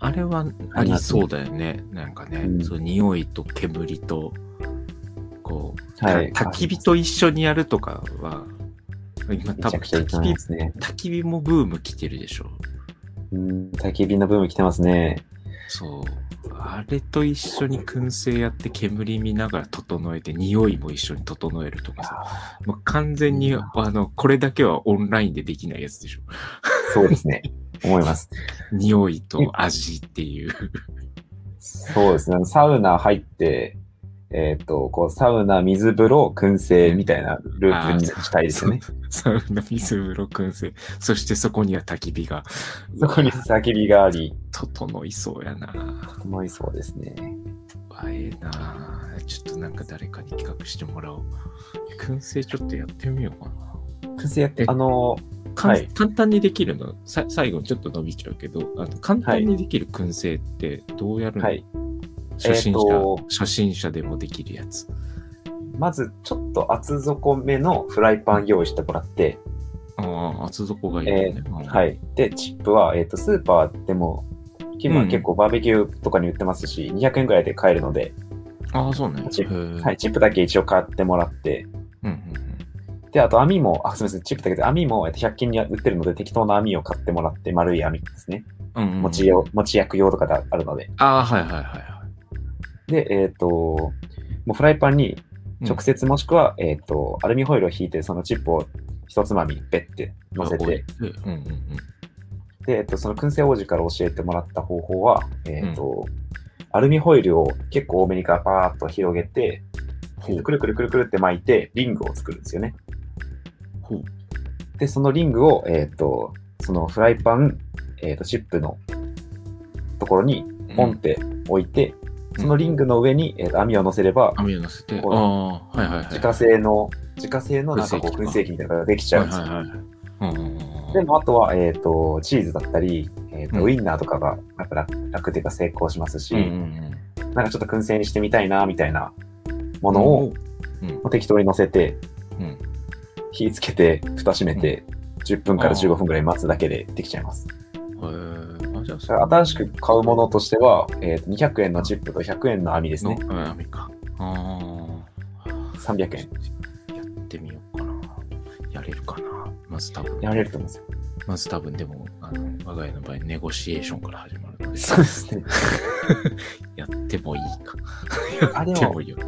[SPEAKER 2] あれはありそうだよね。なんかね、
[SPEAKER 3] うん
[SPEAKER 2] その匂いと煙と、こう、
[SPEAKER 3] はい。
[SPEAKER 2] た焚き火と一緒にやるとかは、今
[SPEAKER 3] め
[SPEAKER 2] 多
[SPEAKER 3] ちゃ
[SPEAKER 2] 分
[SPEAKER 3] くちゃ
[SPEAKER 2] 焚
[SPEAKER 3] 行き
[SPEAKER 2] き
[SPEAKER 3] ま
[SPEAKER 2] 火、
[SPEAKER 3] すね。
[SPEAKER 2] 焚き火もブーム来てるでしょ。
[SPEAKER 3] うん、焚き火のブーム来てますね。
[SPEAKER 2] そう。あれと一緒に燻製やって煙見ながら整えて、匂いも一緒に整えるとかさ。もう完全に、あの、これだけはオンラインでできないやつでしょ。
[SPEAKER 3] そうで すね。思います。
[SPEAKER 2] 匂いと味っていう。
[SPEAKER 3] そうですね。サウナ入って、えっ、と、こう、サウナ、水風呂、燻製みたいなループにしたいですよね。
[SPEAKER 2] サウナ、水風呂燻製。そしてそこには焚き火が。
[SPEAKER 3] そこに焚き火があり、
[SPEAKER 2] 整いそうやな。
[SPEAKER 3] 思いそうですね。
[SPEAKER 2] わええな。ちょっとなんか誰かに企画してもらおう。燻製ちょっとやってみようかな。
[SPEAKER 3] 燻製やって
[SPEAKER 2] え、
[SPEAKER 3] あの、
[SPEAKER 2] かん
[SPEAKER 3] はい
[SPEAKER 2] 簡単にできるのさ最後にちょっと伸びちゃうけどあの簡単にできる燻製ってどうやるの、
[SPEAKER 3] はい。
[SPEAKER 2] 初心者、
[SPEAKER 3] えーと
[SPEAKER 2] 初心者でもできるやつ
[SPEAKER 3] まず、ちょっと厚底目のフライパン用意してもらって、
[SPEAKER 2] ああ厚底がいいよね、うん
[SPEAKER 3] はい。で、チップは、えっ、と、スーパーでも、今
[SPEAKER 2] うん
[SPEAKER 3] 結構バーベキューとかに売ってますし、200円ぐらいで買えるので、
[SPEAKER 2] ああそうね
[SPEAKER 3] チップ
[SPEAKER 2] プ
[SPEAKER 3] はい、チップだけ一応買ってもらって、
[SPEAKER 2] うんうん
[SPEAKER 3] で、あと網も、あ、すみません、チップだけで網もえっと100均に売ってるので、適当な網を買ってもらって、丸い網ですね。
[SPEAKER 2] うんうんうん
[SPEAKER 3] 持ち用、持ち役用とかであるので。
[SPEAKER 2] ああはいはいはいは
[SPEAKER 3] で、えっ、と、もうフライパンに
[SPEAKER 2] い
[SPEAKER 3] 直接もしくは、えっ、と、アルミホイルを引いて、そのチップを一つまみ、べって乗せて、
[SPEAKER 2] うんうんうん
[SPEAKER 3] で、えっと、その燻製王子から教えてもらった方法は、えっと、アルミホイルを結構多めにガパーッと広げて、
[SPEAKER 2] ほう
[SPEAKER 3] くるくるくるくるって巻いて、リングを作るんですよね。
[SPEAKER 2] ほう
[SPEAKER 3] で、そのリングを、えっと、そのフライパン、えっと、チップのところにポンって置いて、そのリングの上に、えっと網を乗せれば、
[SPEAKER 2] 網を乗せてあ
[SPEAKER 3] こう
[SPEAKER 2] あはいはいはい
[SPEAKER 3] 自家製の、自家製のなんかこう
[SPEAKER 2] 燻
[SPEAKER 3] 燻
[SPEAKER 2] 製
[SPEAKER 3] 製
[SPEAKER 2] 器
[SPEAKER 3] 器みたいなのができちゃうん
[SPEAKER 2] は
[SPEAKER 3] で
[SPEAKER 2] い
[SPEAKER 3] すよ。
[SPEAKER 2] はいはいうんうんうん
[SPEAKER 3] でも、あとは、えっ、と、チーズだったり、えっ、
[SPEAKER 2] う
[SPEAKER 3] と、
[SPEAKER 2] ん
[SPEAKER 3] ウインナーとかが、やっぱ楽楽というか成功しますし、
[SPEAKER 2] うんうん
[SPEAKER 3] なんかちょっと燻製にしてみたいな、みたいなも
[SPEAKER 2] うん
[SPEAKER 3] のを、
[SPEAKER 2] うん
[SPEAKER 3] 適当に乗せて、
[SPEAKER 2] うん
[SPEAKER 3] 火つけて、蓋閉めて、10分から15分ぐらい待つだけでできちゃいます。
[SPEAKER 2] へえあじゃあ
[SPEAKER 3] だから新しく買うものとしては、えーと200円のチップと100円の網です
[SPEAKER 2] の
[SPEAKER 3] ね。
[SPEAKER 2] うん網かああ
[SPEAKER 3] 300円。
[SPEAKER 2] やってみようかな。やれるかな。まず多分、
[SPEAKER 3] やられると思うんですよ。
[SPEAKER 2] まず多分でも、あの、我が家の場合、ネゴシエーションから始まるので、
[SPEAKER 3] そうですね。
[SPEAKER 2] やってもいいか。
[SPEAKER 3] あ、
[SPEAKER 2] や
[SPEAKER 3] で
[SPEAKER 2] って
[SPEAKER 3] も
[SPEAKER 2] も、いいよ。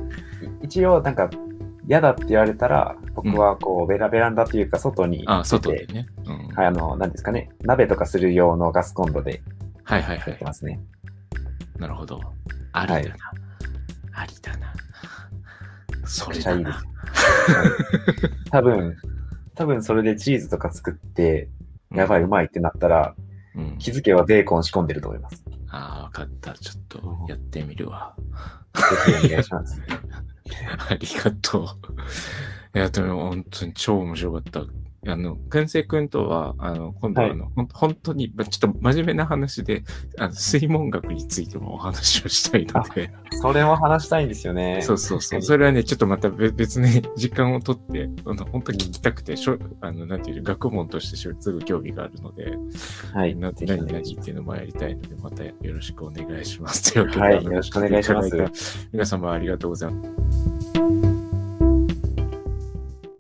[SPEAKER 3] 一応、なんか、嫌だって言われたら、僕はこう、ベラベランダというか、外に出て、
[SPEAKER 2] あ、外でね。うん。
[SPEAKER 3] はい、あの、なんですかね、鍋とかする用のガスコンロで
[SPEAKER 2] はいはいは
[SPEAKER 3] やっ
[SPEAKER 2] い
[SPEAKER 3] て。ますね。
[SPEAKER 2] なるほど。ありだな。ありだな。それだ
[SPEAKER 3] めっち
[SPEAKER 2] な。
[SPEAKER 3] 多分、多分それでチーズとか作って、
[SPEAKER 2] うん
[SPEAKER 3] やばい、うまいってなったら、
[SPEAKER 2] うん。
[SPEAKER 3] 気づけばベーコン仕込んでると思います。
[SPEAKER 2] ああ、わかった。ちょっとやってみるわ。
[SPEAKER 3] ぜひお願いします。
[SPEAKER 2] ありがとう。いや、でも本当に超面白かった。あの、くんせいくんとは、あの、今度は
[SPEAKER 3] はい
[SPEAKER 2] あの、ほん本当に、まちょっと真面目な話で、あの、水門学についてもお話をしたいので、
[SPEAKER 3] それも話したいんですよね。
[SPEAKER 2] そうそうそう。
[SPEAKER 3] 確
[SPEAKER 2] それはね、ちょっとまた別別に時間を取って、あの、本当聞きたくて、しょあの、なんていうの学問としてしょすぐ興味があるので、
[SPEAKER 3] かにはい。
[SPEAKER 2] な
[SPEAKER 3] ぜひお
[SPEAKER 2] 何
[SPEAKER 3] 願い
[SPEAKER 2] 何
[SPEAKER 3] し
[SPEAKER 2] っ
[SPEAKER 3] ます
[SPEAKER 2] ていうのもやりたいので、またよろしくお願いします。というわけで、
[SPEAKER 3] はい
[SPEAKER 2] あの
[SPEAKER 3] よろしくお願いしま。す
[SPEAKER 2] 聞てただた皆様ありがとうございます。